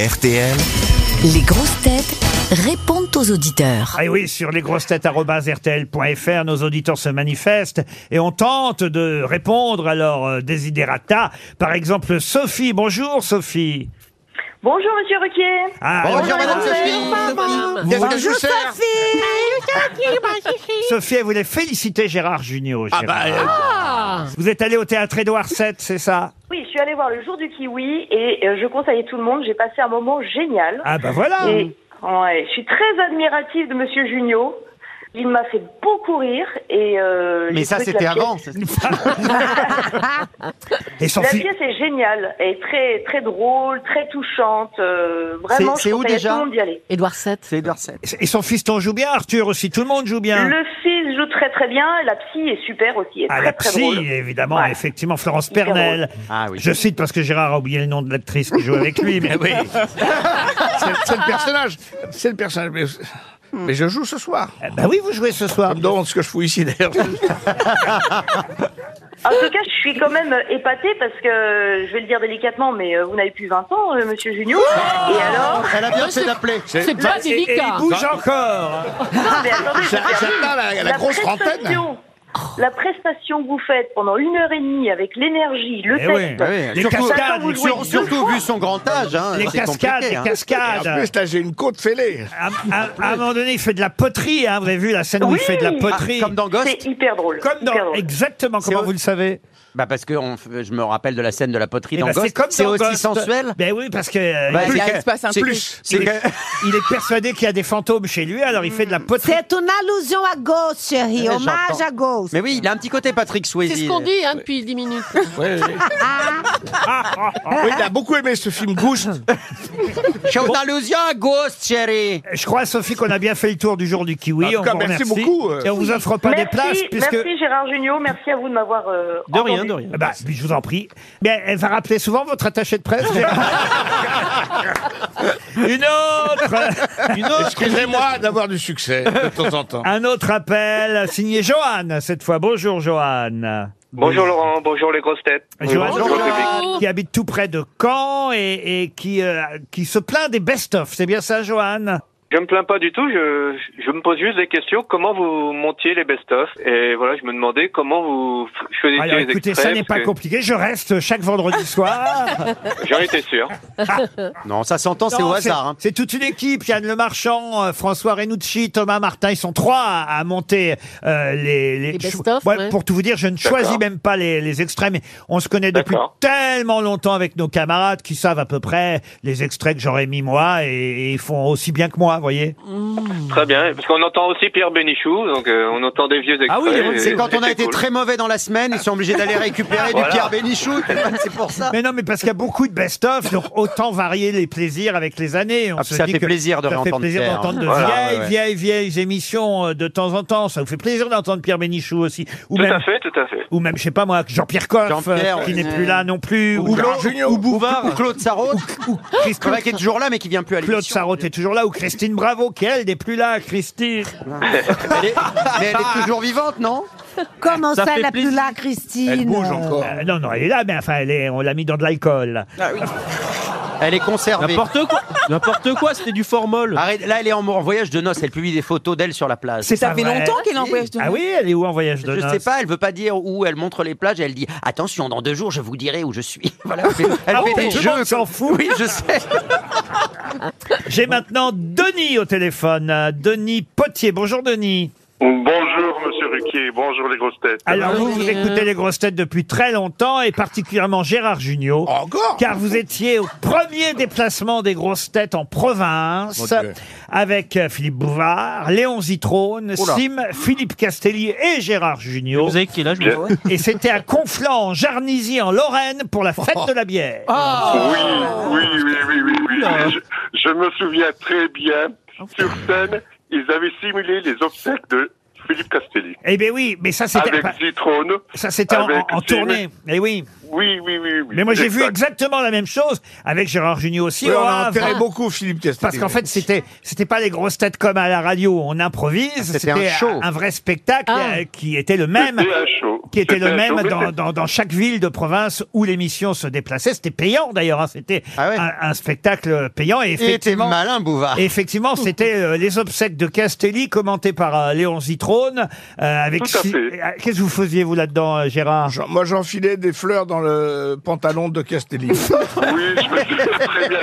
RTL. Les grosses têtes répondent aux auditeurs. Ah et oui, sur lesgrossetêtes.rtl.fr, nos auditeurs se manifestent et on tente de répondre à leurs euh, desiderata. Par exemple, Sophie. Bonjour, Sophie. Bonjour Monsieur Ruquier. Ah, Bonjour Madame Sophie. Qu'est-ce que je vous sers Sophie, elle voulait féliciter Gérard Junior. Ah bah, euh, Vous êtes allé au théâtre Édouard VII, c'est ça Oui, je suis allée voir le jour du kiwi et euh, je conseille tout le monde. J'ai passé un moment génial. Ah bah voilà. Et ouais, je suis très admirative de Monsieur Junio. Il m'a fait beaucoup rire et. euh, mais j'ai ça trouvé que c'était la pièce- avant. c'est- Et La Sophie, pièce est géniale, elle est très très drôle, très touchante. euh, vraiment, C'est- c'est je où conseille à déjà tout le monde d'y aller. Édouard VII. C'est Edouard VII. et son fiston joue bien, Arthur aussi, tout le monde joue bien. Le fils joue très très bien, et la psy est super aussi, elle est Ah, très la très psy, drôle. évidemment, Ouais. effectivement, Florence Hyper Pernel. Ah oui. Je cite parce que Gérard a oublié le nom de l'actrice qui joue avec lui. Mais Oui. C'est c'est le personnage. C'est le personnage. Mais, mais je joue ce soir. Ah bah oui, vous jouez ce soir. On me demande ce que je fous ici d'ailleurs. En tout cas, je suis quand même euh, épatée parce que, je vais le dire délicatement, mais euh, vous n'avez plus 20 ans, euh, monsieur Junio. et alors Elle a bien fait d'appeler. C'est pas Et, et il Ah. délicat. bouge encore. Non, mais J'a- attendez, c'est sérieux. J'attends la, la grosse trentaine. prestation, La prestation que vous faites pendant une heure et demie avec l'énergie, le Eh oui. texte. Ah oui, Les surtout- cascades, Vous jouez Sur- deux surtout fois. vu son grand âge, hein, les c'est cascades, compliqué. les hein. En cascades. plus, là, j'ai une côte fêlée. À, à- à un moment donné, il fait de la poterie. Hein. Vous avez vu la scène où il Oui. fait de la Ah, Ah, poterie. comme dans Ghost C'est hyper drôle. Comme dans- hyper drôle. Exactement, comment au- vous le savez bah Parce que on f- je me rappelle de la scène de la poterie Eh dans ben, Ghost. C'est dans aussi Ghost. sensuel Ben oui, parce que euh, Bah, il, c'est- il se passe un c'est- truc. c'est il est, que- Mm. il est persuadé qu'il y a des fantômes chez lui, alors il fait de la poterie. C'est une allusion à Ghost, chérie. J'entends. Hommage à Ghost. Mais oui, il a un petit côté Patrick Swayze. C'est ce qu'on dit hein, depuis 10 minutes. Oui, il a beaucoup aimé ce film Ghost. Chandalusia, Ghost, chérie. Je crois, Sophie, qu'on a bien fait le tour du jour du kiwi. En tout on cas, vous merci remercie. beaucoup, euh. Et on vous offre pas des merci, places, puisque... merci Gérard Junio, merci à vous de m'avoir. euh, entendu. Ah bah, je vous en prie. Mais elle va rappeler souvent votre attaché de presse. Une autre Excusez-moi d'avoir du succès de temps en temps. Un autre appel signé Johan, cette fois. Bonjour Johan. Euh, Bonjour Laurent, bonjour les grosses têtes. Johan bonjour le public. qui habite tout près de Caen et, et qui, euh, qui se plaint des best-of. C'est bien ça, Johan Je me plains pas du tout, je, je me pose juste des questions. Comment vous montiez les best-of Et voilà, je me demandais comment vous f- choisissiez Alors les écoutez, extraits. ça n'est pas parce que compliqué. Je reste chaque vendredi soir. J'en étais sûr. Non, ça s'entend, c'est Non, au hasard. hein. C'est toute une équipe. Yann Le Marchand, euh, François Renucci, Thomas Martin. Ils sont trois à, à monter euh, les, Les best-of, Moi, ouais. Pour tout vous dire, je ne D'accord. choisis même pas les, les extraits, mais on se connaît depuis D'accord. tellement longtemps avec nos camarades qui savent à peu près les extraits que j'aurais mis moi et, et ils font aussi bien que moi, vous voyez. Très bien, parce qu'on entend aussi Pierre Bénichou, donc euh, on entend des vieux extraits. Ah oui, et- c'est quand et on a c'est été cool. très mauvais dans la semaine, ils sont obligés d'aller récupérer du Voilà. Pierre Bénichou. C'est pour Ah. ça. Mais non, mais parce qu'il y a beaucoup de best-of, donc autant varier les plaisirs avec les années. On Ah, se ça dit fait que plaisir de ça fait réentendre plaisir Pierre, hein. d'entendre de Voilà, vieilles, ouais, ouais. vieilles, vieilles émissions euh, de temps en temps. Ça vous fait plaisir d'entendre Pierre Bénichou aussi. Ou Tout même à fait, tout à fait. ou même, je sais pas moi, Jean-Pierre Coff, Jean-Pierre, euh, qui ouais. n'est plus là non plus, ou, Ou, Jean- Claude- ou Bouvard, ou Claude Sarraud, Christ- C'est vrai qui est toujours là mais qui vient plus à Claude l'émission. Sarraute est toujours là, ou Christine Bravo, qui elle n'est plus là, Christine. Elle est- Mais elle est toujours vivante, non Comment ça, fait la plus plaisir. là, Christine Elle bouge encore. Euh, non, non, elle est là, mais enfin, elle est, on l'a mis dans de l'alcool. Elle est conservée. quoi N'importe quoi, c'était du formol. Arrête, là, elle est en, en voyage de noces. Elle publie des photos d'elle sur la plage. C'est Ça pas fait vrai. longtemps qu'elle est en voyage de Ah oui, elle est où en voyage de Je noces sais pas, elle veut pas dire où. Elle montre les plages. et Elle dit attention, dans deux jours, je vous dirai où je suis. Voilà. Elle fait- Elle Ah fait bon, des tout le jeux. monde s'en fout. Oui, je sais. J'ai maintenant Denis au téléphone. euh, Denis Potier. Bonjour Denis. Bonjour Monsieur Ruquier, bonjour les grosses Ah bah têtes. Alors vous, vous Bonjour. écoutez les grosses têtes depuis très longtemps et particulièrement Gérard Junior. Oh, Encore car vous étiez au premier déplacement des grosses têtes en province Mon Dieu. avec euh, Philippe Bouvard, Léon Zitrone, Oula. Sim, Philippe Castelli et Gérard Junior. Vous avez qui là je Bien. vous- Et c'était à Conflans, en Jarnisy, en Lorraine, pour la fête de la bière. Ah. Oui, oui, oui, oui, oui, oui. Je, je me souviens très bien. Sur scène, ils avaient simulé les obsèques de Philippe Castelli Eh ben oui, mais ça c'était avec Zitrone. ça c'était en, avec en Sim. tournée. Eh oui. Oui, oui, oui, oui. Mais moi j'ai vu Exact. exactement la même chose avec Gérard Junior aussi. Oui, au on a Havre. enterré beaucoup Philippe Castelli. Parce qu'en fait, c'était c'était pas les grosses têtes comme à la radio, on improvise. Ah, C'était un show. un vrai spectacle Ah. euh, qui était le même. C'était un show. qui était le C'était un même show dans, d'été. dans, dans chaque ville de province où l'émission se déplaçait. C'était payant d'ailleurs, hein. c'était Ah ouais. un, un spectacle payant. Et Il était effectivement, malin, Bouvard. et Effectivement, c'était euh, les obsèques de Castelli commentées par euh, Léon Zitrone. euh, avec Tout à si- fait. Euh, Qu'est-ce que vous faisiez vous là-dedans, euh, Gérard Jean- moi, j'enfilais des fleurs dans le pantalon de Castelli. Oui, je me souviens très bien.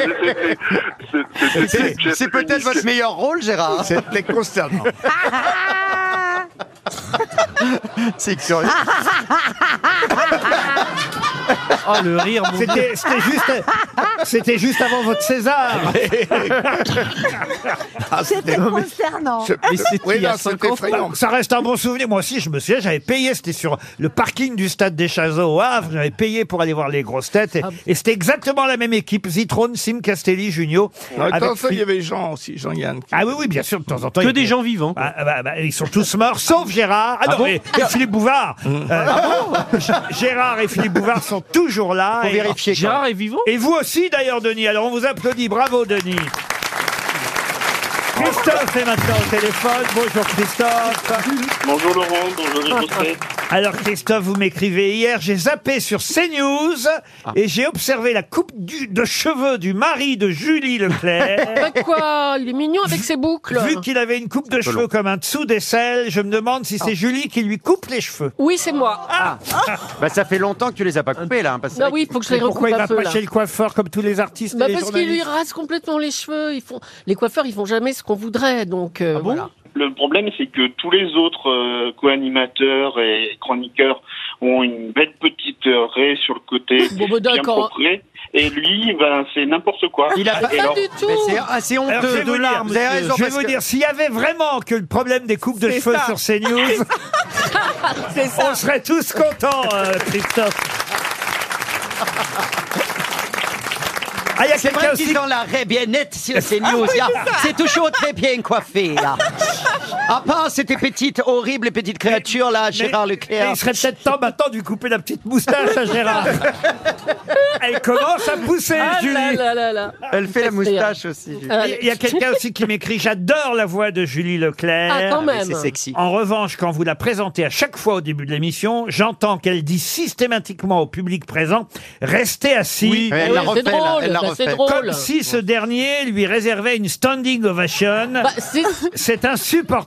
C'était- c'était- c'était C'est une pièce c'est peut-être unique. votre meilleur rôle, Gérard. hein, C'était consternant. C'est curieux. Oh, le rire, mon Dieu. C'était c'était juste, c'était juste avant votre César. Ah, C'était concernant. ce- Mais c'était oui, il y a non, cinq c'était ans. effrayant. Ça reste un bon souvenir. Moi aussi, je me souviens, j'avais payé. C'était sur le parking du stade des Chazeaux au Havre. J'avais payé pour aller voir les grosses têtes. Et, Ah et c'était exactement la même équipe. Zitrone, Sim Castelli, Junio. En même avec temps, ça, il y Phil- avait Jean aussi, Jean-Yann. qui- Ah oui, oui, bien sûr, de temps en temps. il y Que avait- des gens vivants. quoi. Ah, bah, bah, ils sont tous morts, sauf Gérard. Ah, non, bon Ah et, et Philippe Bouvard. Euh, G- Gérard et Philippe Bouvard sont toujours là. Pour et, vérifier. quoi. Gérard est vivant et vous aussi, d'ailleurs, Denis. Alors, on vous applaudit. Bravo, Denis. Christophe est maintenant au téléphone. Bonjour, Christophe. Bonjour Laurent, bonjour les grosses têtes. Alors, Christophe, vous m'écrivez hier, j'ai zappé sur CNews et j'ai observé la coupe du- de cheveux du mari de Julie Leclerc. Bah quoi, il est mignon avec ses boucles. Vu qu'il avait une coupe de cheveux comme un dessous d'aisselle, je me demande si c'est Julie qui lui coupe les cheveux. Ah. Ah. Oui, c'est moi. Bah, ça fait longtemps que tu les as pas coupés, là. hein, parce que- Bah oui, il faut que je les Et pourquoi recoupe il un va peu pas là. chez le coiffeur comme tous les artistes Bah et les parce qu'il lui journalistes rase complètement les cheveux. Ils font... Les coiffeurs, ils font jamais ce qu'on voudrait. Donc, euh, voilà. Le problème, c'est que tous les autres euh, co-animateurs et chroniqueurs ont une belle petite euh, raie sur le côté Bon, bah, bien d'accord. propre. Et lui, ben, c'est n'importe quoi. Il a pas- Et Pas alors, du tout. Mais c'est- ah, C'est Alors, je vais honteux. vous dire, Vous avez raison, je vais parce vous que- dire, s'il y avait vraiment que le problème des coupes de C'est cheveux ça. sur CNews, C'est on serait tous contents, euh, Christophe. Ah, il y a C'est vrai quelqu'un aussi. qu'ils ont la raie bien nette sur ces Ah news. là. c'est toujours très bien coiffé, là. À part cette petite, horrible petite créature, là, Gérard mais Leclerc. il serait peut-être temps maintenant de lui couper la petite moustache à Gérard. Elle commence à pousser, Ah Julie. là là là là. Elle fait la Ça, c'est- moustache aussi. Ah, Il y a quelqu'un aussi qui m'écrit J'adore la voix de Julie Leclerc. Ah, quand même. C'est sexy. En revanche, quand vous la présentez à chaque fois au début de l'émission, j'entends qu'elle dit systématiquement au public présent Restez assis. Oui, elle Oui, la c'est refait, là, drôle, elle la bah, c'est refait. drôle. Comme si ce dernier lui réservait une standing ovation. Bah, c'est- C'est insupportable.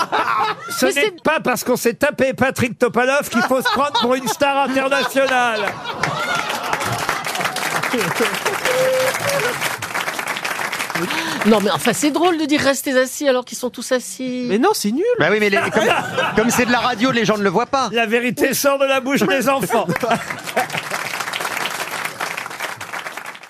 Ce Mais n'est c'est- pas parce qu'on s'est tapé Patrick Topalov qu'il faut se prendre pour une star internationale. Non, mais enfin, c'est drôle de dire restez assis alors qu'ils sont tous assis. Mais non, c'est nul. Bah oui, mais les- comme comme c'est de la radio, les gens ne le voient pas. La vérité sort de la bouche des enfants.